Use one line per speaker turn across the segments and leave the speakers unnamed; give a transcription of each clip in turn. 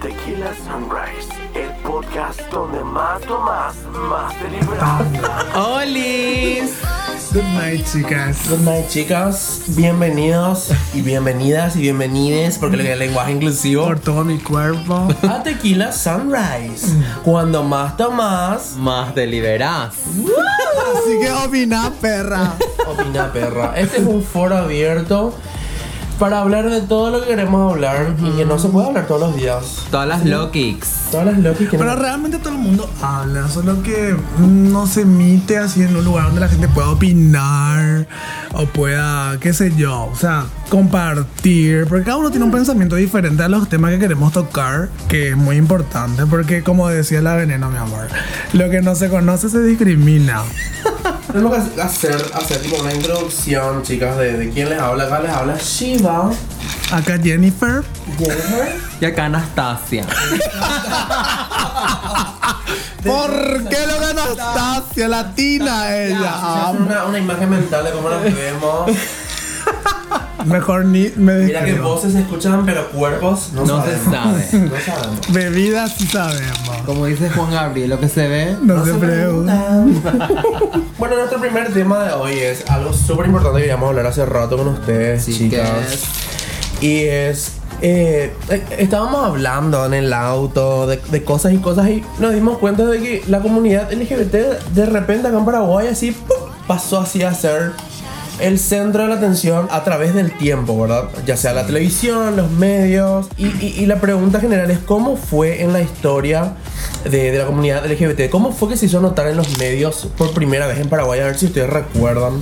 Cultural Sunrise, el podcast donde más tomás, más te liberas.
¡Olis!
Good night, chicas.
Good night, chicas. Bienvenidos y bienvenidas y bienvenides, porque el lenguaje inclusivo.
Por todo mi cuerpo.
A Tequila Sunrise. Cuando más tomás, más te liberás.
Así que opina, perra.
Opina perra. Este es un foro abierto para hablar de todo lo que queremos hablar y que no se puede hablar todos los días.
Todas las low kicks.
Todas las locas que
Pero realmente todo el mundo habla, solo que no se emite así en un lugar donde la gente pueda opinar o pueda, qué sé yo, o sea, compartir. Porque cada uno tiene un pensamiento diferente a los temas que queremos tocar, que es muy importante. Porque, como decía la veneno, mi amor, lo que no se conoce se discrimina.
Tenemos que hacer, hacer tipo una introducción, chicas, de, de quién les habla. Acá les habla Shiva,
Acá Jennifer.
Jennifer.
Y acá Anastasia.
¿Por qué lo que Anastasia? Latina
Ah,
ella.
una, una imagen mental de cómo nos vemos.
Mejor ni me
Mira que
describo.
voces se escuchan, pero cuerpos no,
No se
sabemos.
sabe.
No sabemos.
Bebidas sí sabemos.
Como dice Juan Gabriel, lo que se ve.
No,
No
se,
se
pregunta.
Bueno, nuestro primer tema de hoy es algo súper importante que queríamos hablar hace rato con ustedes, chicas. Y es. eh, eh, estábamos hablando en el auto de, de cosas y cosas y nos dimos cuenta de que la comunidad LGBT de repente acá en Paraguay así ¡pum! pasó así a ser el centro de la atención a través del tiempo, ¿verdad? Ya sea la televisión, los medios. Y, y- y la pregunta general es cómo fue en la historia de, de la comunidad LGBT, cómo fue que se hizo notar en los medios por primera vez en Paraguay, a ver si ustedes recuerdan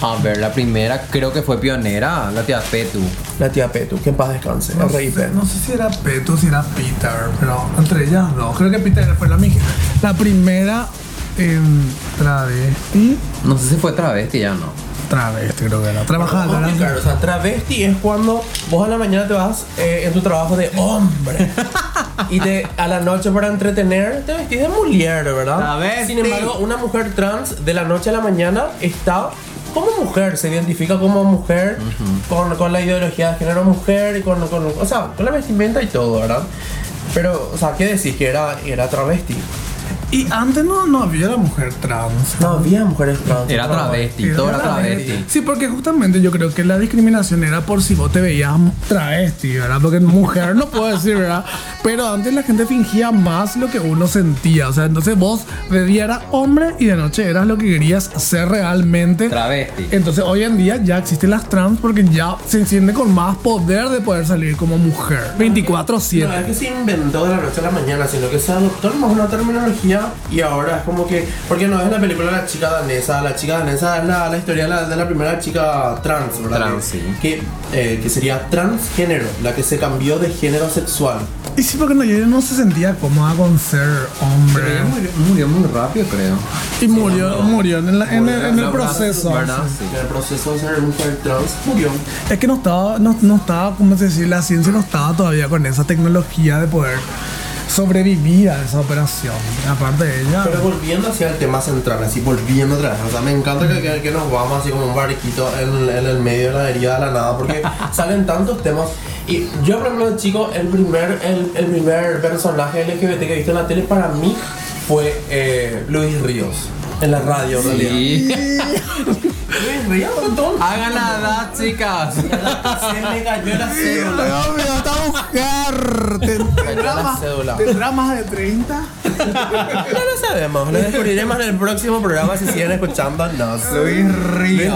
A ver, la primera creo que fue pionera, la tía Petu.
la tía Petu, que en paz descanse,
No
RIP.
sé, no sé si era Peto o si era Peter, pero entre ellas no. Creo que Peter fue la mija. La primera en travesti.
No sé si fue travesti ya no.
Travesti creo que era. Trabajada.
Vamos a explicar, o sea, travesti es cuando vos a la mañana te vas eh, en tu trabajo de hombre y te, a la noche para entretener te vestís de mujer, ¿verdad?
Travesti.
Sin embargo, una mujer trans de la noche a la mañana está como mujer, se identifica como mujer con, con la ideología de género mujer y con, con- o sea, con la vestimenta y todo, ¿verdad? Pero, o sea, ¿qué decís? Que era, era travesti.
Y antes no, no había la mujer trans.
No había mujeres trans.
Era travesti,
Era
todo era
travesti.
travesti.
Sí, porque justamente yo creo que la discriminación era por si vos te veías travesti, ¿verdad? Porque mujer no puedo decir, ¿verdad? Pero antes la gente fingía más lo que uno sentía. O sea, entonces vos de día eras hombre y de noche eras lo que querías ser realmente.
Travesti.
Entonces hoy en día ya existen las trans porque ya se enciende con más poder de poder salir como mujer. 24-7.
No es que se inventó de la noche a la mañana, sino que se adoptó más una terminología y ahora es como que. Porque no es la película de la chica danesa, la chica danesa es la, la historia de la, de la primera chica trans, ¿verdad?
Trans,
que,
sí.
que, eh, que sería transgénero, la que se cambió de género sexual.
Y sí, porque no, yo no se sentía cómoda con ser hombre.
Pero ella murió, murió muy rápido, creo.
Y murió, murió en, la- en el, en el
La-
proceso.
¿Verdad? Sí.
En el proceso de ser mujer trans murió.
Es que no estaba, no, no estaba, ¿cómo se dice? La ciencia no estaba todavía con esa tecnología de poder sobrevivir a esa operación. Aparte de ella.
Pero volviendo hacia el tema central, así volviendo otra vez. O sea, me encanta que, que- que nos vamos así como un barquito en, en el medio de la deriva de la nada, porque salen tantos temas. Y yo, por ejemplo, de chico, el primer, el, el primer personaje LGBT que he visto en la tele para mí fue eh, Luis Ríos. En la radio, en realidad.
Sí.
Luis Ríos, tonto.
Hagan la edad, chicas.
Se me cayó la cédula.
Dios mío, esta mujer!
Tendrá
¿Tendrá
la
más,
cédula.
¿Tendrá más de 30?
No lo sabemos, lo descubriremos en el próximo programa si siguen escuchando. No Luis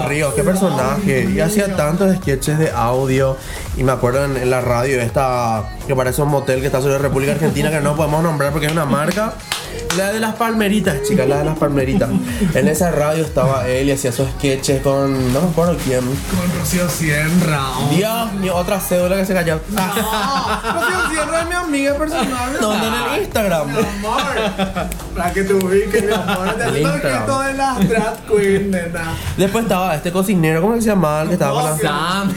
Ríos, qué personaje. Y hacía tantos sketches de audio. Y me acuerdo en, en la radio esta que parece un motel que está sobre República Argentina que no podemos nombrar porque es una marca. La de las palmeritas, chicas, la de las palmeritas. En esa radio estaba él y hacía sus sketches con. No me acuerdo quién.
Con Rocío Sierra.
Dios mío, otra cédula que se cayó.
Rocío Sierra es mi amiga personal.
¿Dónde en el Instagram?
amor. Para que te ubiques, mi amor. Te
El
acuerdas
Instagram.
que todas las drag queens, nena.
Después estaba este cocinero, ¿cómo que se llamaba? El que estaba con la-
Sam.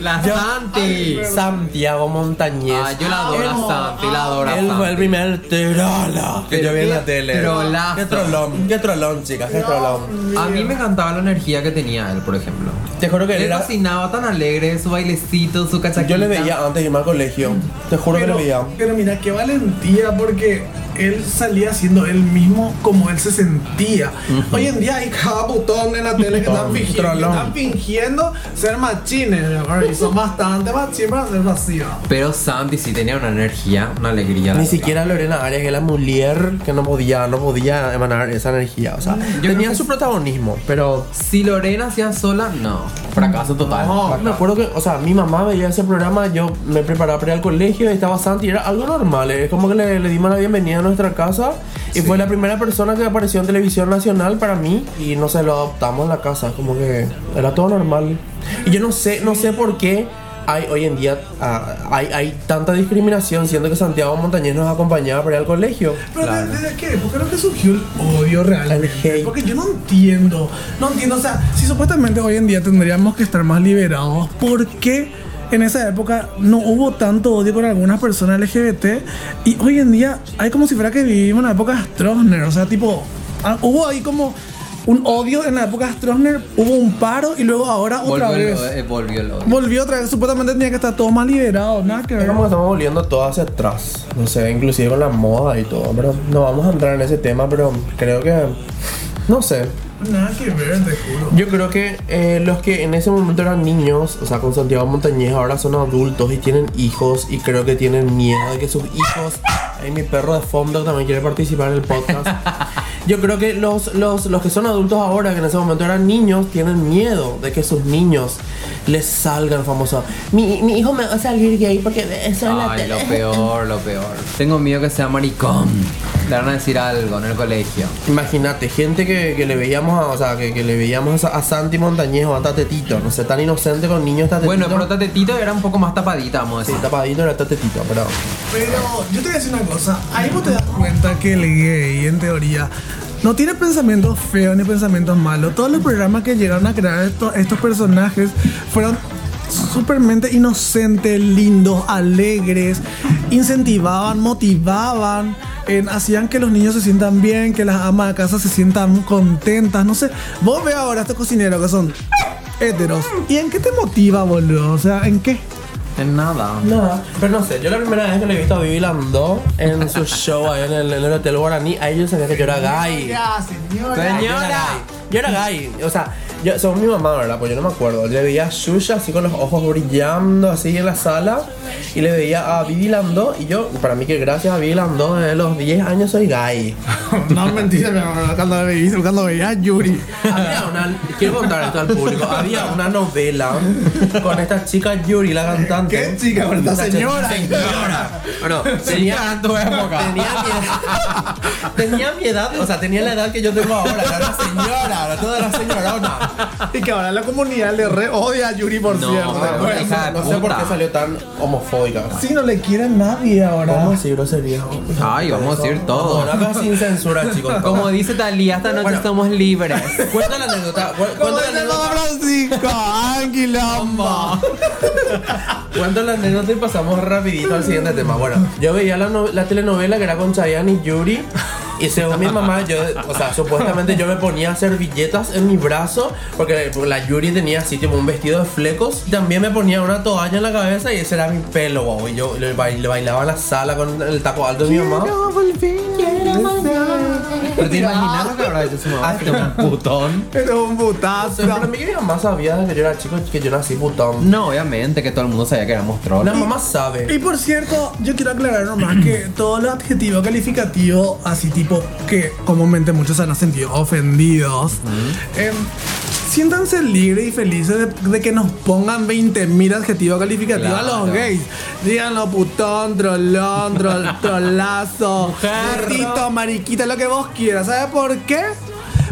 La
Yo-
Santi.
Santiago Montañez.
Ah, yo la adoro a Santi, la adoro a
Él fue el
Santi.
primer trola que yo vi en la tele.
Trolazo.
Qué trolón, qué trolón, chicas, qué trolón.
A mí me encantaba la energía que tenía él, por ejemplo.
Te juro que él
Le
era.
fascinaba tan alegre, su bailecito, su cachaquita.
Yo le veía antes de irme al colegio. Te juro que
Pero,
le veía.
pero mira, qué valentía, porque él salía siendo él mismo como él se sentía. Hoy en día hay cada botón en la tele que están,
Botón,
fingi- que
trolón.
están fingiendo ser machines, ¿verdad? y son bastante machines para ser vacío.
Pero Santi sí tenía una energía, una alegría. la
Ni
verdad.
siquiera Lorena Arias, que era mujer, que no podía, no podía emanar esa energía. O sea, tenía su protagonismo, pero.
Si Lorena hacía sola, no. Fracaso total.
No, me acuerdo que, o sea, mi mamá veía ese programa, yo me preparaba para ir al colegio y estaba Santi, y era algo normal, eh. es como que le, le dimos la bienvenida a nuestra casa y fue la primera persona que apareció en televisión nacional para mí y no sé, lo adoptamos en la casa, como que era todo normal. Y yo no sé, no sé por qué hay hoy en día ah, hay, hay tanta discriminación, siendo que Santiago Montañez nos acompañaba para ir al colegio.
Pero ¿de- ¿desde qué época creo que surgió el odio
El
realmente?
hate.
Porque yo no entiendo, no entiendo, o sea, si supuestamente hoy en día tendríamos que estar más liberados, ¿por qué en esa época no hubo tanto odio con algunas personas LGBT? Y hoy en día hay como si fuera que vivimos una época de Stroessner, o sea, tipo, ah, hubo ahí como un odio en la época de Stroessner, hubo un paro y luego ahora otra
Volvió el,
vez.
odio, eh, volvió el odio.
Volvió otra vez, supuestamente tenía que estar todo más liberado, nada que
Es
ver.
como que estamos volviendo todo hacia atrás, no sé, inclusive con la moda y todo, pero no vamos a entrar en ese tema, pero creo que, no sé,
Nada que ver, te juro.
Yo creo que eh, los que en ese momento eran niños, o sea, con Santiago Montañez, ahora son adultos y tienen hijos y creo que tienen miedo de que sus hijos... Ay, mi perro de fondo también quiere participar en el podcast. Yo creo que los, los, los que son adultos ahora, que en ese momento eran niños, tienen miedo de que sus niños les salgan famosos. Mi, mi hijo me va a salir gay porque eso es la
Ay, lo
tele.
peor, lo peor. Tengo miedo que sea maricón. Le van a decir algo en el colegio.
Imagínate, gente que, que le veíamos a, o sea, que, que le veíamos a, a Santi Montañez o a Tatetito, no sé, tan inocente con niños Tatetito.
Bueno, pero Tatetito era un poco más tapadita, vamos a
Sí,
decir.
tapadito era tatetito, pero.
Pero yo te voy a decir una cosa, ahí vos te das cuenta que el gay, en teoría, no tiene pensamientos feos ni pensamientos malos. Todos los programas que llegaron a crear esto- estos personajes fueron supermente inocentes, lindos, alegres, incentivaban, motivaban, en- hacían que los niños se sientan bien, que las amas de casa se sientan contentas, no sé. Vos ve ahora a estos cocineros que son héteros. ¿Y en qué te motiva, boludo? O sea, ¿en qué?
En nada.
No, pero no sé, yo la primera vez que le he visto a Vivi Landó en su show ahí en el, en el Hotel Guaraní, ahí yo sabía que yo era gay.
señora.
Yo era
¡Señora!
gay. Yo era gay, o sea, yo, según mi mamá, ¿verdad? Pues yo no me acuerdo. Le veía a Xuxa así con los ojos brillando así en la sala y le veía a Vivi Landó y yo, para mí que gracias a Vivi Landó desde los 10 años soy gay.
No, mentira, mi amor. Cuando veía, cuando veía a Yuri.
Había una, quiero contar esto al público, había una novela con esta chica Yuri, la cantante.
¿Qué chica, pero esta
Una ch-
señora?
Señora. Bueno, tenía
en tu época.
Tenía mi, edad, tenía mi edad, o sea, tenía la edad que yo tengo ahora, era una señora, era toda la señorona.
Y que ahora la comunidad le re odia a Yuri, por
No,
cierto.
pero-
Bueno,
hija de
No sé por
puta.
qué salió tan homofóbica.
Sí, no le quiere nadie ahora.
Vamos a decir grosería.
Ay, vamos a decir todo.
No, acá sin censura, chicos.
Como dice Talía, esta noche
Bueno.
somos libres.
Cuenta la anécdota. cu- Cuenta la anécdota.
Francisco, Anguilamba.
Cuento la anécdota y pasamos rapidito al siguiente tema. Bueno, yo veía la, no- la telenovela que era con Chayanne y Yuri. Y según mi mamá, yo, o sea, supuestamente yo me ponía servilletas en mi brazo porque la Yuri tenía así tipo un vestido de flecos. Y también me ponía una toalla en la cabeza y ese era mi pelo, wow. Y yo le, bail- le bailaba en la sala con el taco alto de mi mamá.
Pero te imaginas lo que habrá hecho su mamá. Este un putón.
Eres un
O sea, Para
putazo.
mí que mi mamá sabía desde que yo era chico que yo nací putón.
No, obviamente que todo el mundo sabía que éramos
La
trolls.
mamá sabe.
Y por cierto, yo quiero aclarar nomás que todo el adjetivo calificativo, así tipo que comúnmente muchos se han sentido ofendidos, em, siéntanse libres y felices de, de que nos pongan 20.000 adjetivos calificativos a los
Claro.
gays. Díganlo putón, trolón, trol- trolazo, tito, mariquita, lo que vos quieras. ¿Sabes por qué?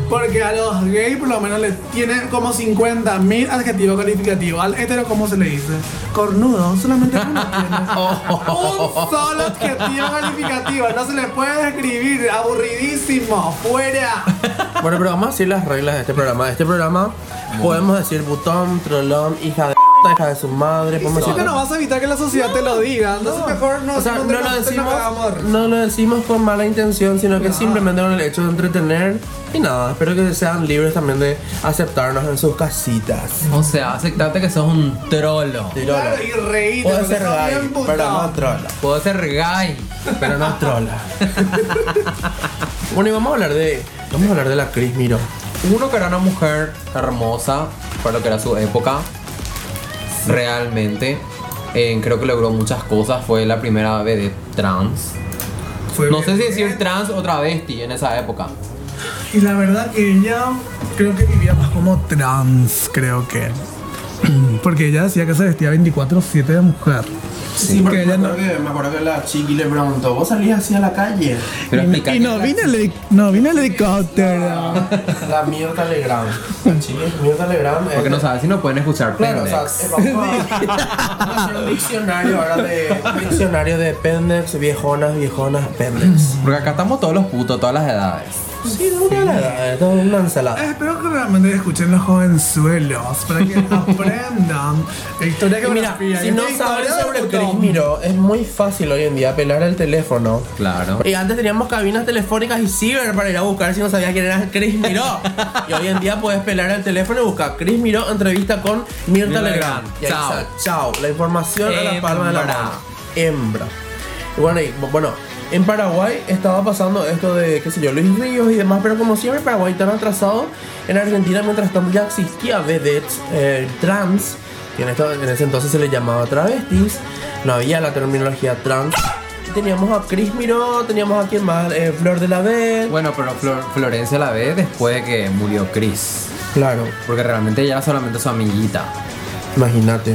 Porque a los gays por lo menos les tienen como 50.000 adjetivos calificativos. Al hetero, ¿cómo se le dice? Cornudo, solamente uno tiene. Un solo adjetivo calificativo, no se le puede describir, aburridísimo, fuera.
Bueno, pero vamos a decir las reglas de este programa. De este programa podemos decir butón, trolón, hija de puta hija de su madre, podemos
Porque
decir-
no vas a evitar que la sociedad te lo diga. Entonces mejor no,
O sea,
no
no,
te-
lo
te
decimos,
hagamos.
no lo decimos con mala intención, sino que simplemente con el hecho de entretener. Y nada, espero que sean libres también de aceptarnos en sus casitas.
O sea, aceptate que sos un trolo.
Tirolo.
Claro, y reíte.
Puede
porque
ser
estás bien
gay, pero
emputado.
no trola.
Puedo ser gay.
Pero no trola. bueno, y vamos a hablar de. Vamos a hablar de la Cris, miro.
Uno que era una mujer hermosa, para lo que era su época, realmente. eh, creo que logró muchas cosas. Fue la primera de trans.
Fue
No sé si
bien.
decir trans o travesti en esa época.
Y la verdad que ella creo que vivía más como trans, creo que. Porque ella decía que se vestía 24-7 de mujer.
Sí,
porque ella no.
que, me acuerdo que la chiqui le preguntó, ¿vos salías así a la calle?
Pero explica
Y
que
no
la-
vino el, helic- no vino el helicóptero.
La mierda Legrand. La chiqui es mierda Legrand.
Porque
eh,
no sabes si no pueden escuchar
Claro,
pendex.
o sea, eh, vamos a vamos a hacer un diccionario ahora de un diccionario de pendex, viejonas, viejonas, pendex.
Porque acá estamos todos los putos, todas las edades.
Sí, no, una ensalada, eh, todo una ensalada.
Espero que realmente escuchen los jovenzuelos para que aprendan la historia que
Y mira, si no sabes sobre Cris Miró, es muy fácil hoy en día apelar al teléfono.
Claro.
Y antes teníamos cabinas telefónicas y ciber para ir a buscar si no sabía quién era Chris Miró. y hoy en día puedes pelar al teléfono y buscar Chris Miró, entrevista con Mirta
Mirta
Legrand.
Legrand.
Y ahí
Chao.
está, Chao. La información a la palma de la
Hembra.
mano. Hembra. Y bueno, y- bueno, en Paraguay estaba pasando esto de, qué sé yo, Luis Ríos y demás, pero como siempre Paraguay tan atrasado, en Argentina mientras tanto ya existía vedettes eh, trans, que en, esto- en ese entonces se les llamaba travestis, no había la terminología trans. Y Teníamos a Cris Miró, teníamos a quién más, eh, Flor de la B.
Bueno, pero Flor- Florencia la ve después de que murió Chris.
Claro,
Porque realmente ella era solamente su amiguita.
imagínate.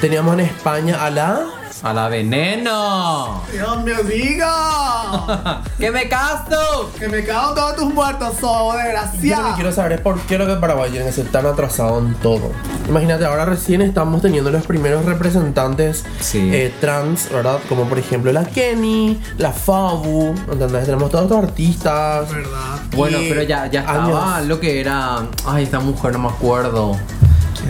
Teníamos en España a la...
A la veneno.
Dios mío, diga.
¡Que me casto!
que me cago en todos tus muertos, so
Yo lo que
desgraciado.
quiero saber es por qué los paraguayos están tan atrasados en todo. Imagínate, ahora recién estamos teniendo los primeros representantes
Sí.
eh, trans, ¿verdad? Como por ejemplo la Kenny, la Fabu, ¿entendés? Tenemos todos estos artistas.
¿Verdad?
Bueno,
Y
pero ya, ya estaba
años.
lo que era. Ay, esta mujer, no me acuerdo.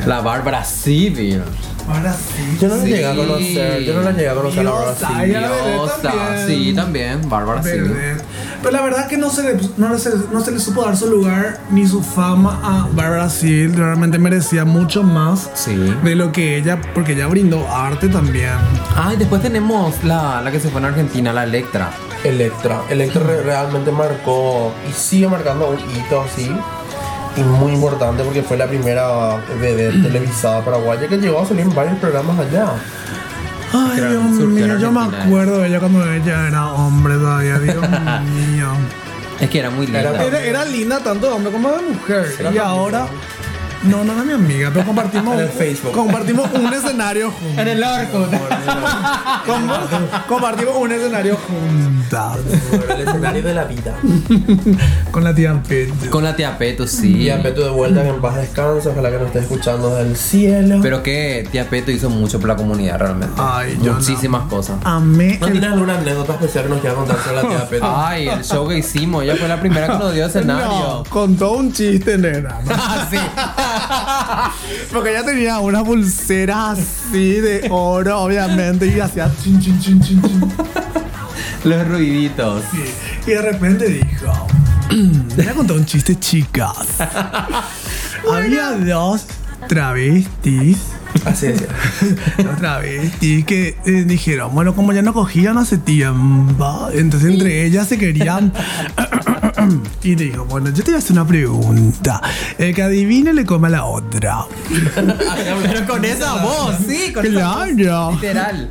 La Bárbara Civil.
Ahora sí.
Yo no la
Sí.
llegué a conocer, yo no la llegué a conocer, la verdad.
Diosa.
sí.
Ay, ya la veré
Diosa.
también.
Sí, también. Bárbara Civil.
Verde. Pero la verdad que no se, le, no, le- se, no se le supo dar su lugar ni su fama a Barbara Seal. Realmente merecía mucho más
Sí.
de lo que ella, porque ella brindó arte también.
Ay, después tenemos la, la que se fue en Argentina, la Electra.
Electra. Electra re- realmente marcó y sigue marcando un hito así. Y muy importante porque fue la primera vedette televisada paraguaya que llegó a salir en varios programas allá.
Ay,
Gran
Dios
surte de
mío, yo me
Argentina, eh.
acuerdo de ella cuando ella era hombre todavía, Dios mío.
Es que era muy linda.
Era-
Era, era linda tanto de hombre como de mujer. y ahora... No, no era mi amiga, pero compartimos,
En el Facebook.
compartimos un escenario juntos. En el arco. compartimos un escenario juntas.
El escenario de la vida.
Con la tía Pete.
Con la tía Peto, sí.
Y a Petu de vuelta, que en paz descanse, ojalá que nos esté escuchando desde el cielo.
Pero que tía Peto hizo mucho por la comunidad realmente.
Ay, yo no.
Muchísimas cosas.
Amé
¿No
el-
tienes alguna anécdota especial que nos quieras contar sobre la tía Petu?
Ay, el show que hicimos, ella fue la primera que nos dio
No,
escenario.
contó un chiste, nena. ¿no?
Ah, sí. Ah,
Porque ella tenía una pulsera así de oro, obviamente, y hacía chin, chin, chin, chin, chin.
Los ruiditos.
Y de repente dijo: Voy a contar un chiste, chicas. Había dos travestis.
Así es.
Dos travestis que eh, dijeron: Bueno, como ya no cogían hace tiempo, entonces entre ellas se querían. y dijo: Bueno, yo te voy a hacer una pregunta. El que adivine le come a la otra.
Pero con esa voz, sí, con
Claro.
literal.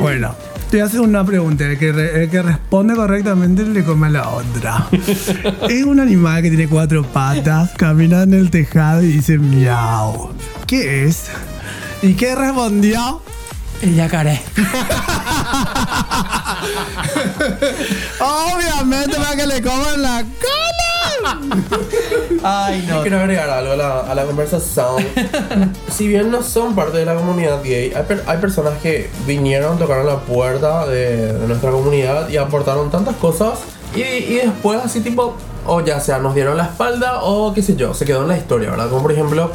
Bueno, te voy a hacer una pregunta. El que, re- el que responde correctamente le come a la otra. es un animal que tiene cuatro patas, camina en el tejado y dice miau. ¿Qué es? ¿Y qué respondió? El yacaré. Obviamente para que le coman la cola.
Ay,
Yo
no.
quiero agregar algo a la, a la conversación. si bien no son parte de la comunidad gay, hay, per- hay personas que vinieron, tocaron la puerta de, de nuestra comunidad y aportaron tantas cosas. Y, y después así tipo, o ya sea, nos dieron la espalda o qué sé yo, se quedó en la historia, ¿verdad? Como por ejemplo...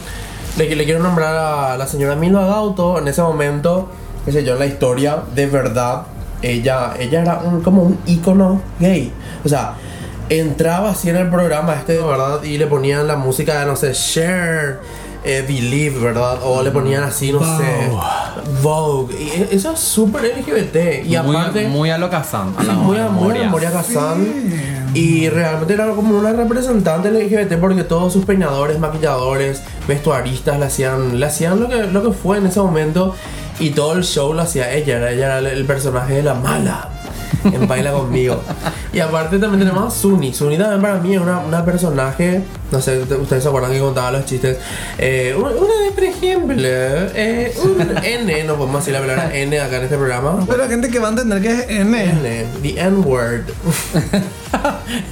le, le quiero nombrar a la señora Milva Gauto. En ese momento, qué sé yo, en la historia, de verdad, ella, ella era un- como un ícono gay. O sea, entraba así en el programa este, ¿verdad? Y le ponían la música de, no sé, Share, eh, Believe, ¿verdad? O le ponían así, no sé, Vogue. Y e- eso es súper LGBT. Y
muy,
aparte...
muy a lo Kazan. A la
Muy, a- muy a
memoria.
la Moria Kazan. Y realmente era como una representante LGBT porque todos sus peinadores, maquilladores, vestuaristas le hacían, le hacían lo, que, lo que fue en ese momento. Y todo el show lo hacía ella. era- Ella era el- el personaje de la mala en Baila conmigo. Y aparte también tenemos a Suni. Suni también para mí es una, una personaje. No sé, ¿ust- ustedes se acuerdan que contaba los chistes. Eh, un- una de, por ejemplo, eh, un N, no podemos decir la palabra N acá en este programa.
Pero hay gente que va a entender que es N.
N, the N-word.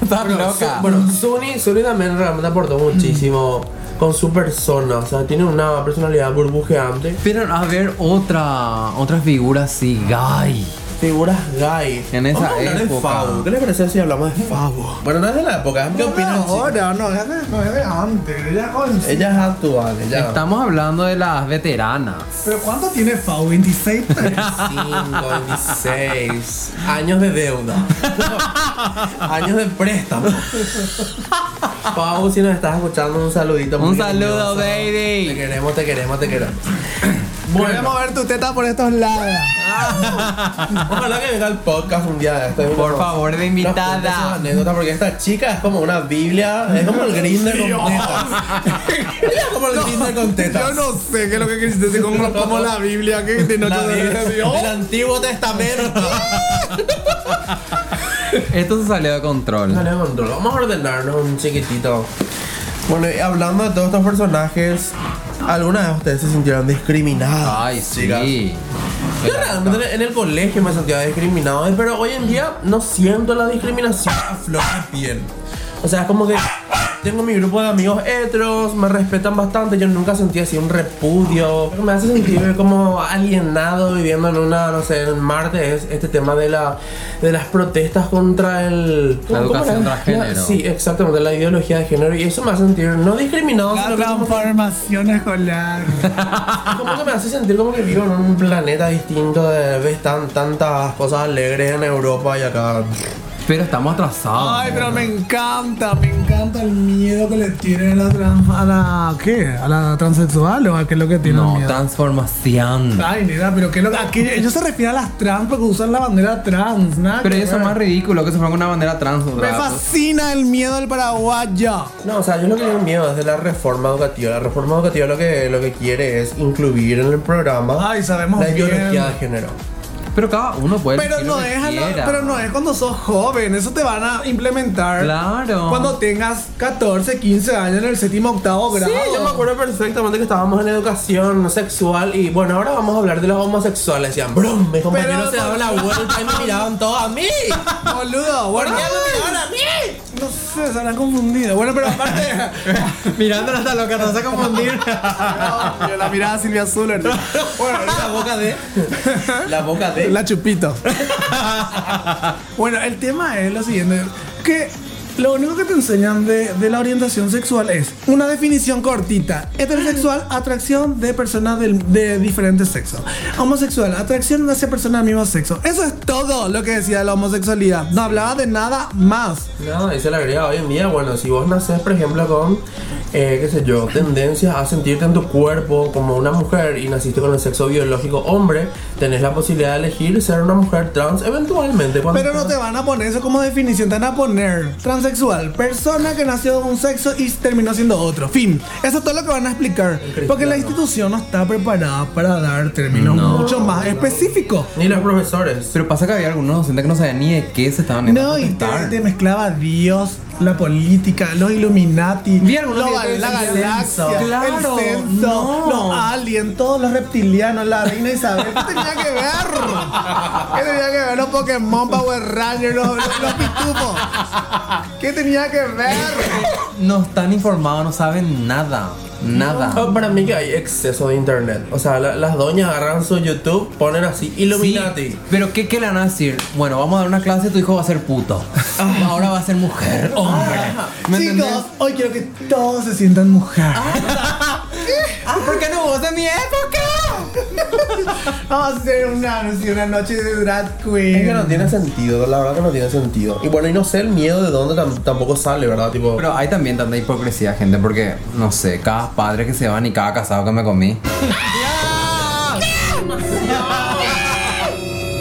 Estás
Bueno,
loca. Mm.
Su- bueno, Suni, Suni también realmente aportó muchísimo con su persona. O sea, tiene una personalidad burbujeante.
Pero a ver otra, otra figura así, gay.
Figuras gay.
En esa
Vamos a hablar de
época.
Fabo. ¿Qué les parece si hablamos de Fabo? Bueno, no es de la época. ¿Qué opinan? chicos?
Ahora, Ah, no, es de, no, es de antes. Ella es jovencita.
Ella es actual. Ella.
Estamos hablando de las veteranas.
Pero ¿cuánto tiene Fau? 26.
25, 26 años de deuda, años de préstamo. Pau, si nos estás escuchando, un saludito.
Un
muy cariñoso.
saludo,
Te
baby.
queremos, te queremos, te queremos.
Volvemos a ver tu teta por estos lados.
Ojalá que venga el podcast un día de esto.
Por favor, de invitada.
anécdota porque esta chica es como una Biblia, es como el grinder con tetas. Ella es como el grinder con
Yo
tetas.
no sé qué es lo que quisiste decir como, como la Biblia que de noche "Oh".
La Biblia,
se vio.
el Antiguo Testamento.
Esto se salió de control.
Dale, control. Vamos a ordenarnos un chiquitito. Bueno, y hablando de todos estos personajes, ¿alguna vez ustedes se sintieron discriminados?
Ay,
chicas?
sí.
Yo realmente en el colegio me sentía discriminado, eh, pero hoy en día no siento la discriminación a flor de piel. O sea, es como que tengo mi grupo de amigos heteros, me respetan bastante, yo nunca sentí así un repudio. Me hace sentir como alienado viviendo en una, no sé, en Marte, es este tema de, la, de las protestas contra el...
La
¿cómo
educación transgénero.
la- sí, exactamente, la ideología de género. Y eso me hace sentir no discriminado,
La
sino que como-
transformación escolar.
como que me hace sentir como que vivo en un planeta distinto de ves tan, tantas cosas alegres en Europa y acá.
Pero estamos atrasados.
Ay, pero me encanta, me encanta el miedo que le tienen a la, trans- a la ¿qué? ¿A la transexual o a qué es lo que tienen
No,
miedo?
transformación.
Ay, nena, pero qué es lo que aquí ellos se refieren a las trans porque usan la bandera trans, nada.
Pero
que
eso es
ver.
más ridículo que se ponga una bandera trans otra
Me
vez.
fascina el miedo del paraguayo.
No, o sea, yo lo que tengo miedo es de la reforma educativa. La reforma educativa lo que, lo que quiere es incluir en el programa
Ay, sabemos
la ideología
bien.
de género.
Pero cada uno puede
Pero
elegir lo
no,
que
es a la-
quiera.
pero no es cuando sos joven, eso te van a implementar.
Claro.
Cuando tengas 14, 15 años en el séptimo, octavo grado.
Sí, yo me acuerdo perfectamente que estábamos en educación sexual y bueno, ahora vamos a hablar de los homosexuales. Decían, brum, mis compañeros
Pero-
se daban la vuelta y me miraban todos a mí.
Boludo,
¿Por
bueno.
qué me miraban a mí?
No sé, se habrán confundido. Bueno, pero aparte.
Mirándola hasta loca, no se confundir.
No, yo la mirada a Silvia Zuller. Bueno,
La boca de. La boca de.
la chupito. Bueno, el tema es lo siguiente: que lo único que te enseñan de, de la orientación sexual es una definición cortita: heterosexual, atracción de personas del- de diferentes sexos. Homosexual, atracción hacia personas del mismo sexo. Eso es todo lo que decía la homosexualidad. No hablaba de nada más.
No, y se le agrega hoy en día, bueno, si vos nacés, por ejemplo, con, eh, qué sé yo, tendencias a sentirte en tu cuerpo como una mujer y naciste con el sexo biológico hombre, tenés la posibilidad de elegir ser una mujer trans eventualmente. Cuando
Pero no te van a poner eso como definición, te van a poner transexual, persona que nació de un sexo y terminó siendo otro. Fin. Eso es todo lo que van a explicar.
cristiano.
Porque la institución no está preparada para dar términos mucho más específicos.
Ni los profesores.
Pero pasa que había algunos docentes que no sabían ni de qué se estaban
No, y te,
intentar.
te mezclaba Dios, la política, los Illuminati,
Vi algunos
lo-
videos
la
del
galaxia,
censo. Claro,
el censo,
no.
los aliens, todos los reptilianos, la reina Isabel. ¿Qué tenía que ver? ¿Qué tenía que ver los Pokémon, Power Rangers, los, los, los pitufos? ¿Qué tenía que ver?
No están informados, no saben nada. Nada.
Ah, para mí que hay exceso de internet. O sea, la- las doñas agarran su YouTube, ponen así, Illuminati.
Sí, pero ¿qué, ¿qué le van a decir? Bueno, vamos a dar una clase, tu hijo va a ser puto. Ahora va a ser mujer, hombre. ¿Me
Ah. Chicos,
entendés?
hoy quiero que todos se sientan mujer.
Ah, ¿por qué no vos de mi época?
Vamos a hacer una, así, una noche de drag queen.
Es que no tiene sentido, la verdad que no tiene sentido. Y bueno, y no sé el miedo de dónde tam- tampoco sale, ¿verdad? Tipo,
Pero hay también tanta hipocresía, gente, porque, no sé, cada padre que se van y cada casado que me comí. Entonces, que no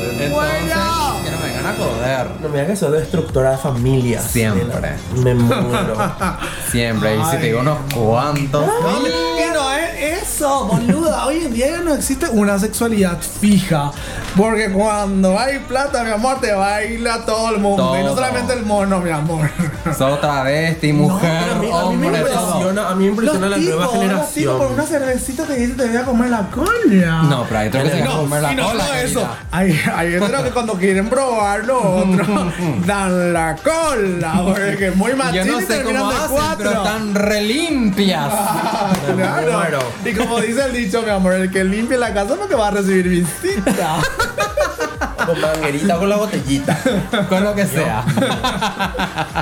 me vengan a joder.
no me digas que soy destructora de familias.
Siempre.
nena. Me muero.
Ah.
Siempre, y si te digo unos cuantos.
No, que no es eh, eso, boluda. Hoy en día ya no existe una sexualidad fija. Porque cuando hay plata, mi amor, te baila todo el mundo. Y no
Todo.
solamente el mono, mi amor.
Sos travesti, mujer,
pero a mí- a mí me
hombre, todo.
impresiona, a mí me impresiona la
Los
nueva
tipos, los tipos
generación.
por una cervecita te dice te voy a comer la coña.
No, pero hay otros que se van a
No,
comer la
y no
cola,
solo
querida.
eso. Hay, hay otros que cuando quieren probar lo otro, dan la cola. Porque es muy
Yo
machista
no
y
sé
terminan
cómo
de
hacen,
cuatro.
pero están relimpias.
Me muero.
Claro. Y como dice el dicho, mi amor, el que limpie la casa porque va a recibir visita.
Con manguerita o con la botellita.
con lo que sea.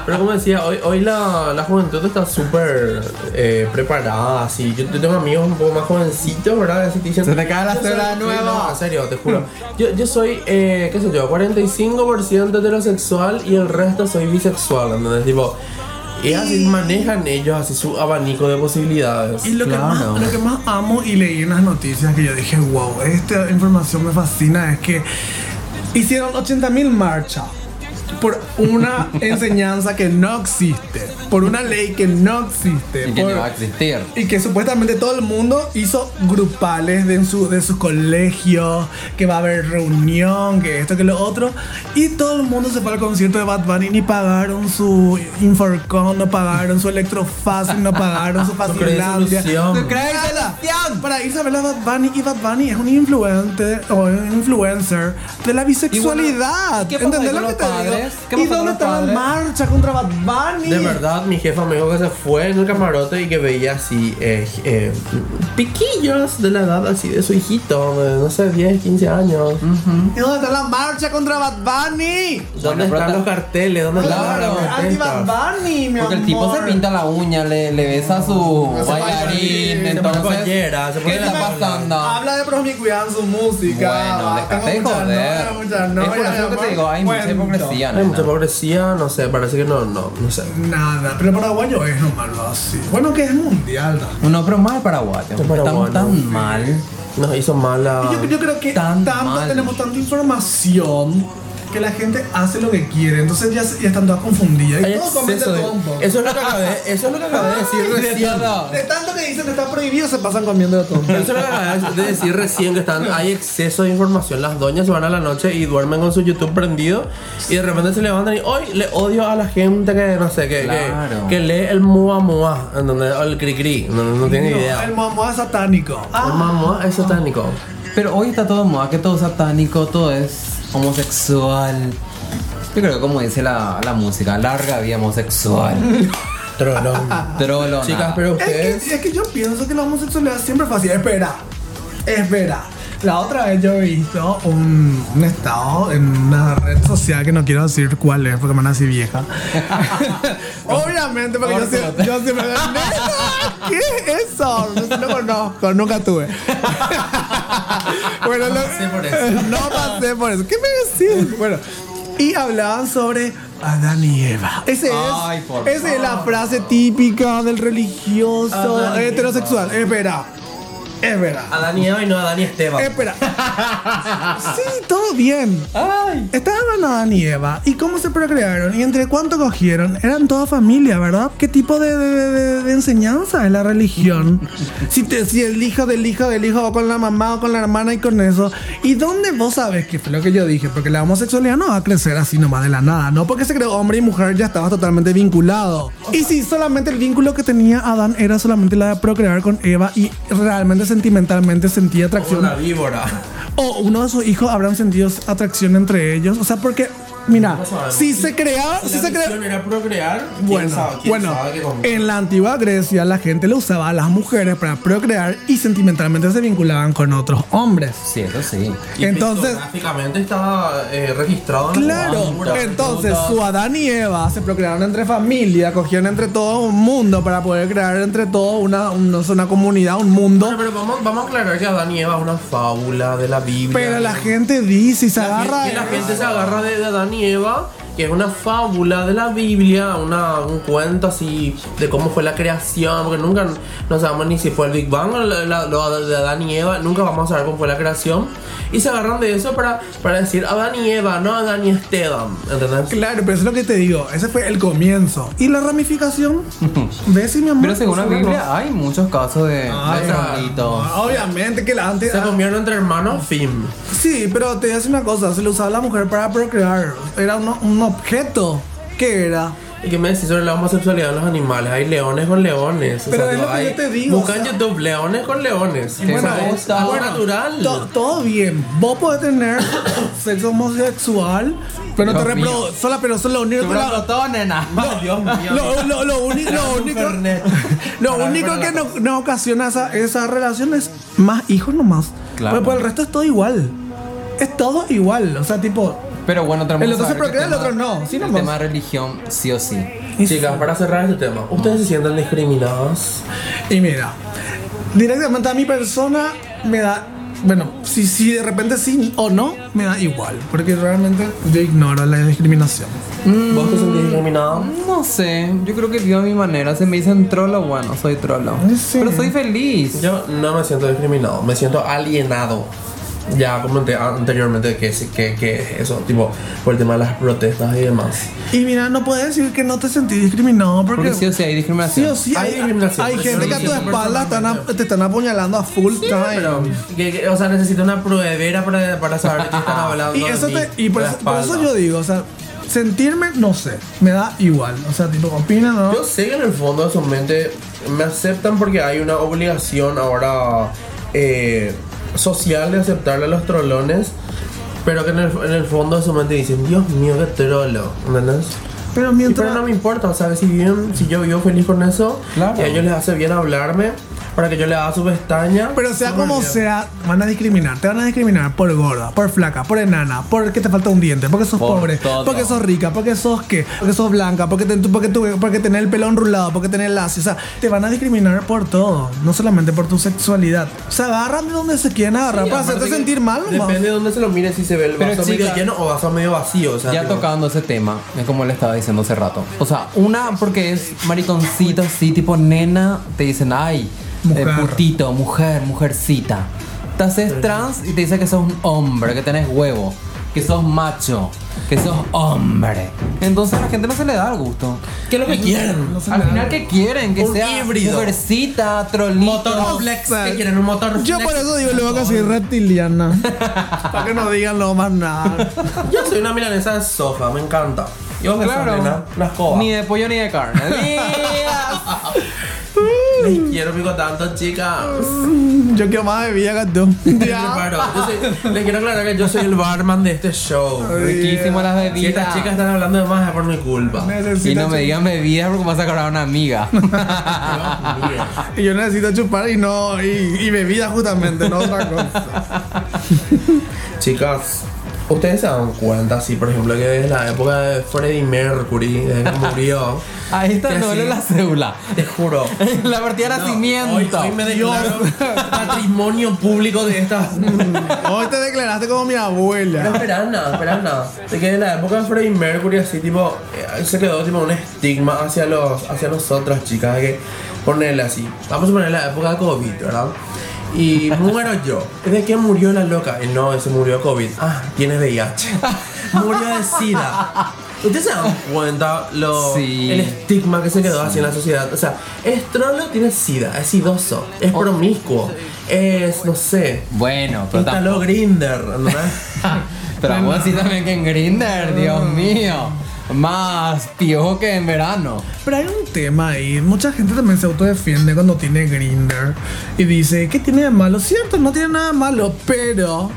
Pero como decía, hoy, hoy la, la juventud está súper eh, preparada, así. Yo, yo tengo amigos un poco más jovencitos, ¿verdad? Así te dicen,
Se te cae la
"Yo soy-
cédula
sí,
nueva".
no, en serio, te juro. Yo, yo soy, eh, qué sé yo, 45% heterosexual y el resto soy bisexual, ¿entendés? Tipo, y así manejan ellos así su abanico de posibilidades.
Y lo, que
Claro.
más, lo que más amo y leí en las noticias que yo dije, wow, esta información me fascina, es que hicieron 80.000 marchas por una enseñanza que no existe, por una ley que no existe.
Y que
por-
ni va a existir.
Y que supuestamente todo el mundo hizo grupales de, en su, de sus colegios, que va a haber reunión, que esto, que lo otro. Y todo el mundo se fue al concierto de Bad Bunny, ni pagaron su Inforcon, no pagaron su Electrofácil, no pagaron su Facilandia.
Solución.
¿Tú crees que la-
Nada. Para irse a ver a Bad Bunny, y Bad Bunny es un influente o un influencer de la bisexualidad.
¿y qué pasó
¿Entendés
con
lo que
los
te
padres? ¿Qué
digo? ¿Y
pasó con
dónde
los
está la
padres?
marcha contra Bad Bunny?
De verdad, mi jefa me dijo que se fue en el camarote y que veía así eh, eh, piquillos de la edad así de su hijito, de, no sé, 10, 15 años.
¿Y dónde está la marcha contra Bad Bunny?
¿Dónde
Bueno, pero
están
ta-
los carteles? ¿Dónde están
Claro,
las
Anti Bad
protestas?
Bunny, mi
Porque el
amor.
tipo se pinta la uña, le, le besa a su
Hace bailarín,
bailarín,
se pone
entonces.
pollera, se
¿Qué
pone
está
la cola.
pasando?
Habla de promiscuidad en su música. Ah,
Bueno, déjate de
Tengo mucha
joder.
novia, mucha
Es por
novia,
eso que
mi
te digo, hay mucha
amor.
hipocresía,
Hay mucha
nena.
pobrecía, no sé, parece que no, no, no sé.
Nada, pero paraguayo es nomás lo así. Bueno, que es mundial. ¿no?
No, pero mal paraguayo. Estamos
paraguayo.
tan mal.
Nos hizo mala.
Yo, yo creo que
Tan
tanto
mal.
tenemos tanta información que la gente hace lo que quiere. Entonces ya, se- ya están todas confundidas.
Hay
Y todos cometen
exceso de-
todo un poco.
Eso es lo que acabé, eso es lo que acabé de decir recién.
De tanto que dicen que está prohibido, se pasan comiendo de todo.
Pero Eso es lo que acabas de decir recién que están, hay exceso de información. Las doñas se van a la noche y duermen con su YouTube prendido y de repente se levantan y hoy le odio a la gente que no sé que, que-
Claro.
que, lee el mua mua, ¿entendés? o el cri cri, no, no tiene
No,
idea.
El mamá es satánico.
El mua mua es satánico.
Pero hoy está todo en moda, que todo es satánico, todo es homosexual. Yo creo que como dice la, la música, larga vida homosexual.
Trolón.
Trolona.
Chicas,
Es
pero
que,
ustedes.
es que yo pienso que la homosexualidad siempre fue así. Espera, espera. La otra vez yo he visto un, un estado en una red social que no quiero decir cuál es porque me van a decir vieja. Obviamente, porque yo, siempre, yo siempre. ¿Qué es eso? No lo conozco, nunca tuve. bueno, no
pasé por eso.
No pasé por eso. ¿Qué me decís? Bueno, y hablaban sobre Adán y Eva. Ese es,
Ay, por
esa es la frase típica del religioso
Adán y Eva.
heterosexual. Espera, espera,
A Dani Eva y no a Dani Esteban.
Eh, espera. sí, todo bien.
Ay.
Estaban Adán y Eva. ¿Y cómo se procrearon? ¿Y entre cuánto cogieron? Eran toda familia, ¿verdad? ¿Qué tipo de, de- de- de enseñanza es la religión? si, te, si el hijo del hijo del hijo va con la mamá o con la hermana y con eso. ¿Y dónde vos sabes que fue lo que yo dije? Porque la homosexualidad no va a crecer así nomás de la nada, ¿no? Porque se creó hombre y mujer ya estabas totalmente vinculado. Y si solamente el vínculo que tenía Adán era solamente la de procrear con Eva y realmente sentimentalmente sentía atracción
Una víbora.
o uno de sus hijos habrán sentido atracción entre ellos. O sea, porque Mira,
sabemos.
si se crea, si
Si la
se crea,
misión era procrear, ¿quién
bueno,
sabe- quién
bueno, eh,
sabe qué con-
en la antigua Grecia la gente le usaba a las mujeres para procrear y sentimentalmente se vinculaban con otros hombres.
Sí, eso sí.
Y
entonces-
pictográficamente está eh, registrado en la
Claro,
cultura.
entonces su Adán y Eva se procrearon entre familia, cogieron entre todo un mundo para poder crear entre todo una, un- no sé, una comunidad, un
Bueno,
mundo.
pero vamos, vamos a aclarar que Adán y Eva es una fábula de la Biblia.
Pero la gente dice y se
La
agarra.
gente- la gente se agarra de, de Adán y Eva, que es una fábula de la Biblia, una, un cuento así de cómo fue la creación, porque nunca no sabemos ni si fue el Big Bang o la- la- lo de Adán y Eva, nunca vamos a saber cómo fue la creación. Y se agarran de eso para, para decir Adán y Eva, no Adán y Esteban, ¿entendés?
Claro, pero eso es lo que te digo. Ese fue el comienzo. ¿Y la ramificación? ¿Ves si mi amor?
Pero según la
Eso no-
Biblia hay muchos casos de
Ay,
de santitos.
Ah, Obviamente que la antes. ah,
Se convierten entre hermanos, fin.
Sí, pero te voy a decir una cosa. Se lo usaba a la mujer para procrear. Era un, un objeto. ¿Qué era?
¿Y qué me decís sobre la homosexualidad de los animales? Hay leones con leones. o
Pero
sea,
es lo que
hay-
yo te digo,
Busca en
o sea-
YouTube leones con leones.
Qué
O sea, es
gusta.
algo
Bueno,
natural.
To- todo bien. Vos podés tener sexo homosexual, pero no te repro.
Dios mío.
Sola, pero eso es lo único que la-
todo, nena. Dios mío.
Lo, lo- lo uni- lo
Era un
único,
Fernet.
lo
Para
único
ver,
que
para la
no, no ocasiona esa, esa relación es más hijos nomás.
Claro.
Pero por el resto es todo igual. Es todo igual. O sea, tipo,
Pero bueno, tenemos
El otro
que
se
saber que
procrea, el
tema-
otro no. Sí,
el
nomás.
tema de religión, sí o sí.
Chicas, para cerrar este tema, ¿ustedes se sienten discriminadas?
Y mira, directamente a mi persona me da. Bueno, si, si de repente sí o no, me da igual. Porque realmente yo ignoro la discriminación.
¿Vos te sentís discriminado?
No sé, yo creo que vivo a mi manera. Si me dicen trolo, bueno, soy trolo.
Sí.
Pero soy feliz.
Yo no me siento discriminado, me siento alienado. Ya comenté anteriormente que, sí- que, que eso, tipo, por el tema de las protestas y demás.
Y mira, no puedes decir que no te sentís discriminado porque.
Porque sí o sí hay
sí o
discriminación.
sí hay,
Hay discriminación.
hay gente que a tu
Discriminación
espalda están a- te están apuñalando a full time.
Pero, que- que- o sea, necesito una pruebera para, para saber de qué están hablando.
Y,
de
eso
mí,
te, y por,
de la
eso, por eso
espalda.
yo digo, o sea, sentirme, no sé, me da igual. O sea, tipo, opina, ¿no?
Yo sé que en el fondo de su mente me aceptan porque hay una obligación ahora eh, social de aceptarle a los trolones. Pero que en el, en el fondo de su mente dicen, Dios mío, qué trolo, ¿entendés?
pero
Y
mientras.
pero no me importa, o sea, que si, bien, si yo vivo feliz con eso,
Claro.
y a ellos les hace bien hablarme, para que yo les haga su pestaña.
Pero sea
no me
como
olvido.
sea, van a discriminar. Te van a discriminar por gorda, por flaca, por enana, porque te falta un diente, porque sos
Por
pobre,
todo.
porque sos rica, porque sos qué, porque sos blanca, porque, ten- porque, tu- porque tenés el pelo enrulado, porque tenés lacio. O sea, te van a discriminar por todo, no solamente por tu sexualidad. Se agarran de donde se quieren agarrar para
Aparte
hacerte
que
sentir mal nomás.
Depende de dónde se lo mire, si se ve el
Pero,
vaso medio
chica,
lleno o vaso medio vacío. O sea,
Ya
tipo,
tocando ese tema, es como le estaba diciendo hace rato. O sea, una porque es mariconcito, sí, tipo nena, te dicen, ay, eh,
Mujer.
putito, mujer, mujercita. Te haces trans y te dicen que sos un hombre, que tenés huevo, que sos macho, que sos hombre. Entonces a la gente no se le da el gusto.
¿Qué es lo que quieren?
No se
Al
le da.
final, ¿qué quieren? Que
Un
sea
híbrido.
mujercita, trolito.
Motorflex, ¿qué quieren? Un motor
Yo por eso digo luego que soy reptiliana. para que no digan lo más nada.
Yo soy una milanesa de soja, me encanta. ¿Y vos qué sos, nena?
Claro,
Una escoba.
ni de pollo ni de carne. Dios.
Les quiero pico tanto,
Ah.
chicas.
Yo quiero más bebida que tú.
Yo paro. Yo soy- Les quiero aclarar que yo soy el barman de este show.
Riquísimo las bebidas.
Si estas chicas están hablando de más es por mi culpa.
Y
Necesito
no me
chup-
digan bebidas porque vas a agarrar a una amiga.
Ah, Dios mío.
Y yo necesito chupar y no. Y, y bebida justamente, no otra cosa.
Chicas, ustedes se dan cuenta, sí, por ejemplo, que desde la época de Freddie Mercury, desde que murió,
A esta
Que
no
sí.
la cédula.
te juro.
La partida de
no, hoy,
nacimiento.
hoy me declaro patrimonio público de estas
Hoy te declaraste como mi
No,
abuela.
espera nada, espera nada. De que en la época de Freddie Mercury así tipo eh, se quedó tipo un estigma hacia los hacia nosotras chicas de que ponerle así. Vamos a poner la época de COVID, ¿verdad? Y muero yo. ¿De qué murió la loca? Y no, se murió de COVID. Ah, tiene VIH. Murió de SIDA. ¿Ustedes se dan cuenta lo,
Sí.
el estigma que se quedó así en la sociedad? O sea, es trolo, tiene SIDA, es idoso, es promiscuo, es, no sé,
Bueno, pero tampoco.
instaló Grinder, ¿no?
Pero vos sí también que en Grinder, Dios mío. Más piojo que en verano.
Pero hay un tema ahí. Mucha gente también se autodefiende cuando tiene Grinder. Y dice, ¿qué tiene de malo? Cierto, no tiene nada de malo, pero.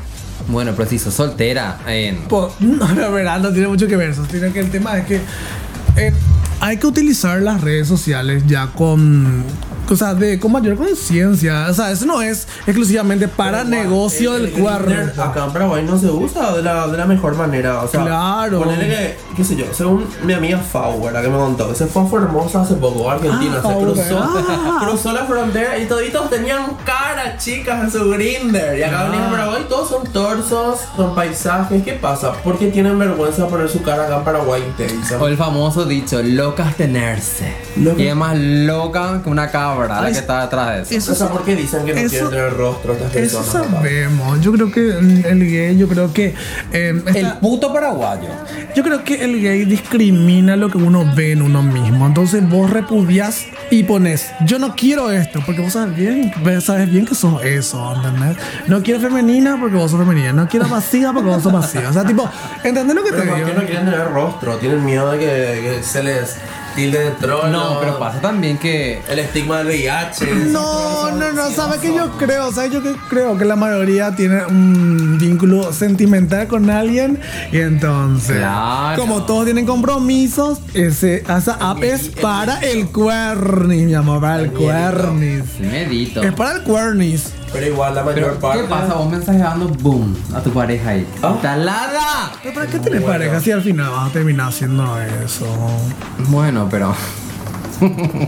Bueno, pero si sos soltera, en...
Po- No, la verdad no tiene mucho que ver. Sostiene que el tema es que eh, hay que utilizar las redes sociales ya con. O sea, de, con mayor conciencia. O sea, eso no es exclusivamente para negocio
el-
del
eh, el Grindr
cuerno.
Acá en Paraguay no se usa de la, de la mejor manera. O sea,
Claro.
Ponele que, qué sé yo, según mi amiga Fau, ¿verdad? Que me contó, que se fue a Formosa hace poco, a Argentina.
Ah,
se
Fau,
cruzó,
¿verdad?
cruzó la frontera y toditos tenían cara, chicas, en su grinder. Y acá venimos a Paraguay, todos son torsos, son paisajes. ¿Qué pasa? Porque tienen vergüenza de poner su cara acá en Paraguay, te dicen.
O el famoso dicho, locas tenerse.
Loca.
Y es más loca que una cabra la
Ay,
que está detrás de eso.
O sea, ¿por qué dicen que no
eso-
quieren tener rostro estas
Eso
personas? acá?
sabemos. Yo creo que el, el gay, yo creo que. eh, está-
El puto paraguayo.
Yo creo que el gay discrimina lo que uno ve en uno mismo. Entonces vos repudias y pones, yo no quiero esto, porque vos sabes bien, sabes bien que sos eso, ¿entendés? No quiero femenina porque vos sos femenina. No quiero vacía porque vos sos vacía. O sea, tipo, ¿entendés lo que te
Pero ¿por
digo?
qué no quieren tener rostro? Tienen miedo de que, que se les tilde de troll.
No, pero pasa también que.
El estigma del VIH.
No, no, no, ¿sabes qué yo creo? ¿Sabes yo qué creo? Que la mayoría tiene un vínculo sentimental con alguien y entonces,
Claro.
como todos tienen compromisos, ese, esa app es para el cuernis, mi amor, para el cuernis.
Sí, Medito.
Es para el cuernis.
Pero igual la mayor
Pero,
parte.
¿qué pasa? Vos mensajeando boom a tu pareja ahí.
Ah.
¡Talada!
¿Pero para qué te le pareja si al final vas a terminar haciendo eso?
Bueno, pero.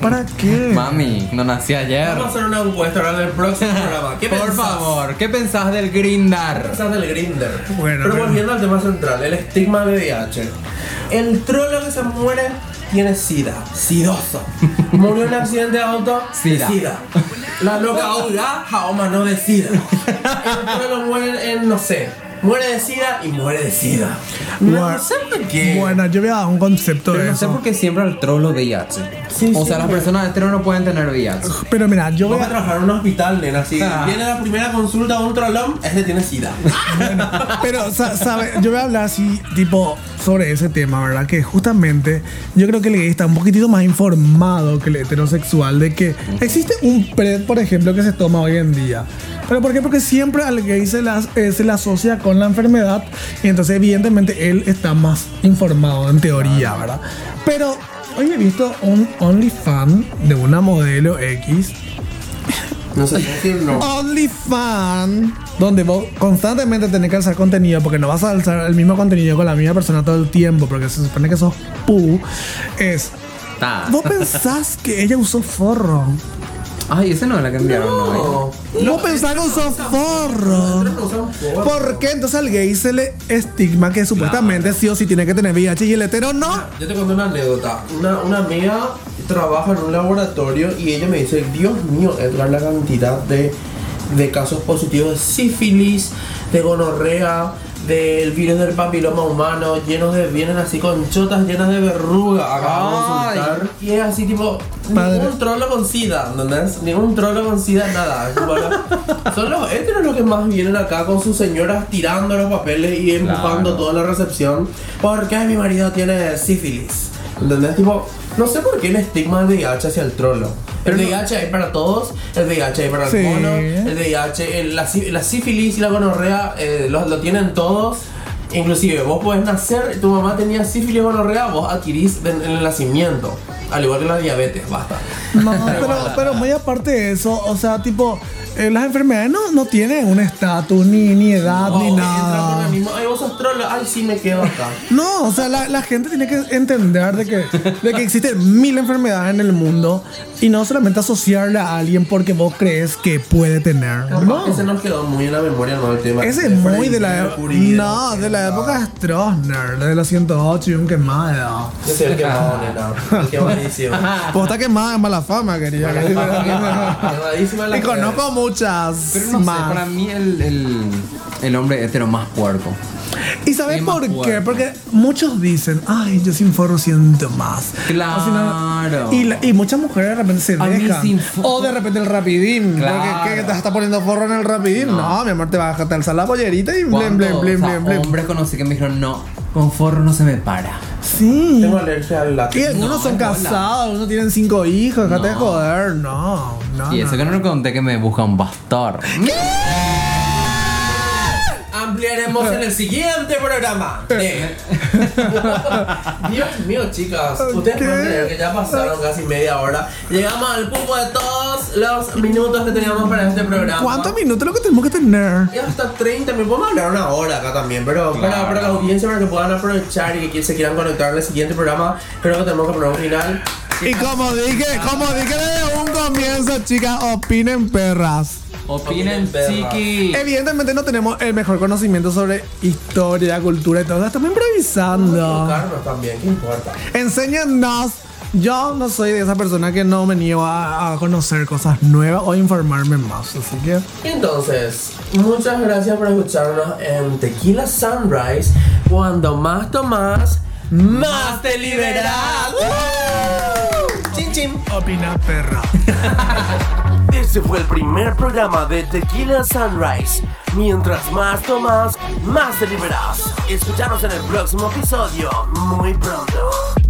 ¿Para qué?
Mami, no nací ayer.
Vamos a hacer una encuesta ahora en el próximo programa. ¿Qué
Por
pensás?
favor, ¿qué pensás del
¿Qué
grindar?
pensás del Grinder?
Bueno,
pero
bueno.
volviendo al tema central, el estigma del VIH. El trolo que se muere tiene sida. Sidoso. Murió en accidente de auto.
Sida.
La loca ahoga, jaoma no de sida. El trolo muere en, no sé. Muere de sida y muere de sida.
Bueno,
No sé por qué.
Bueno, yo voy a dar un concepto
Pero
de
no sé
eso.
por qué siempre al trolo VIH.
Sí,
o sea, las
siempre.
personas hetero no pueden tener VIH.
Pero mira, yo voy
Vamos
a...
a trabajar en un hospital, nena. Así
Ah.
viene la primera consulta de un trolón, ese tiene sida.
Pero, sa- sabe, yo voy a hablar así, tipo, sobre ese tema, ¿verdad? Que justamente yo creo que el gay está un poquitito más informado que el heterosexual de que existe un PRED, por ejemplo, que se toma hoy en día. ¿Pero por qué? Porque siempre al gay se, las, eh, se le asocia con la enfermedad y entonces evidentemente él está más informado en teoría, ¿verdad? Pero hoy he visto un OnlyFans de una modelo X
No sé qué decirlo.
OnlyFans, donde vos constantemente tenés que alzar contenido porque no vas a alzar el mismo contenido con la misma persona todo el tiempo porque se supone que sos pu. Es,
Ta.
vos pensás que ella usó forro.
Ay, ese no es la que enviaron. No.
Vos pensás que usó forro. ¿Por qué entonces al gay se le estigma que supuestamente sí o sí tiene que tener VIH y el hetero no?
Yo te conté una anécdota. Una, una amiga trabaja en un laboratorio y ella me dice, Dios mío, Edgar, la cantidad de, de casos positivos de sífilis, de gonorrea, del virus del papiloma humano, llenos de, vienen así con chotas llenas de verruga. Acabamos
Ay.
de consultar. Y es así tipo,
Padre.
ningún trolo con sida, ¿entendés? Ningún trolo con sida, nada. Es como la- Son los heteros los que más vienen acá con sus señoras tirando los papeles y empujando
Claro.
todo toda la recepción porque mi marido tiene sífilis. ¿Entendés? Tipo, no sé por qué el estigma del VIH hacia el trolo. El VIH hay para todos, el VIH hay para
Sí.
el mono, el VIH, el- la, sí- la sífilis y la gonorrea eh, lo, lo tienen todos. Inclusive, vos podés nacer, tu mamá tenía sífilis o gonorrea, vos adquirís de- en el nacimiento. Al igual que la diabetes, basta.
No, pero, pero muy aparte de eso, o sea, tipo, eh, las enfermedades no, no tienen un estatus, ni, ni edad,
Oh,
ni
entra por
nada.
el mismo, Ay, vos sos trolo, ay, sí me quedo acá.
No, o sea, la, la gente tiene que entender de que, de que existen mil enfermedades en el mundo y no solamente asociarla a alguien porque vos crees que puede tener. No.
Ese nos quedó muy en la memoria, ¿no? El tema.
Ese es
De
muy
Freddie
de la, e-
Mercury, de
no,
los
de la
80.
época de Stroessner, de los 108 y un quemado.
Yo soy el quemado, nena. El quemadísimo.
Vos está quemada en mala fama, quería. que-
Quemadísima la
Y conozco
Pero
muchas
no sé,
más.
para mí el, el, el hombre hetero más puerco.
¿Y sabes
Tema
por qué?
fuerte.
Porque muchos dicen, ay, yo sin forro siento más.
Claro.
O si no- y, la- y muchas mujeres de repente se
A mí
dejan.
sin forro.
O de repente el rapidín.
Claro.
Porque ¿qué? te estás poniendo forro en el rapidín. No, mi amor, te vas a calzar la pollerita y blim,
¿Cuántos,
blim, blim,
o sea,
blim, blim.
hombres conocí que me dijeron, no, con forro no se me para.
Sí.
Tengo alergia al
Y
látex.
algunos
No,
son
es bola.
casados, algunos tienen cinco hijos, déjate de
No.
joder. No, no.
Y eso
no.
que no le conté que me busca un pastor.
ampliaremos en el siguiente programa. de- Dios mío, chicas. Ustedes
¿Qué?
pueden creer que ya pasaron casi media hora. Llegamos al cupo de todos los minutos que teníamos para este programa.
¿Cuántos minutos es lo que tenemos que tener?
Y hasta 30, me podemos hablar una hora acá también, pero para,
Claro.
para la audiencia, para que puedan aprovechar y que se quieran conectar al siguiente programa, creo que tenemos que poner un final.
Y como dije, como dije desde un comienzo, chicas, opinen perras.
Opinen,
Opinen, perra.
chiqui.
Evidentemente no tenemos el mejor conocimiento sobre historia, cultura y todo. eso, Estamos improvisando.
Tocarnos también, ¿qué importa?
Enséñanos. Yo no soy de esa persona que no me niego a, a conocer cosas nuevas o informarme más. Así que
Entonces, muchas gracias por escucharnos en Tequila Sunrise. Cuando más tomas, más te liberas. ¡Woo! Chin chin.
opina perra.
Este fue el primer programa de Tequila Sunrise. Mientras más tomas, más te liberas. Escuchanos en el próximo episodio, muy pronto.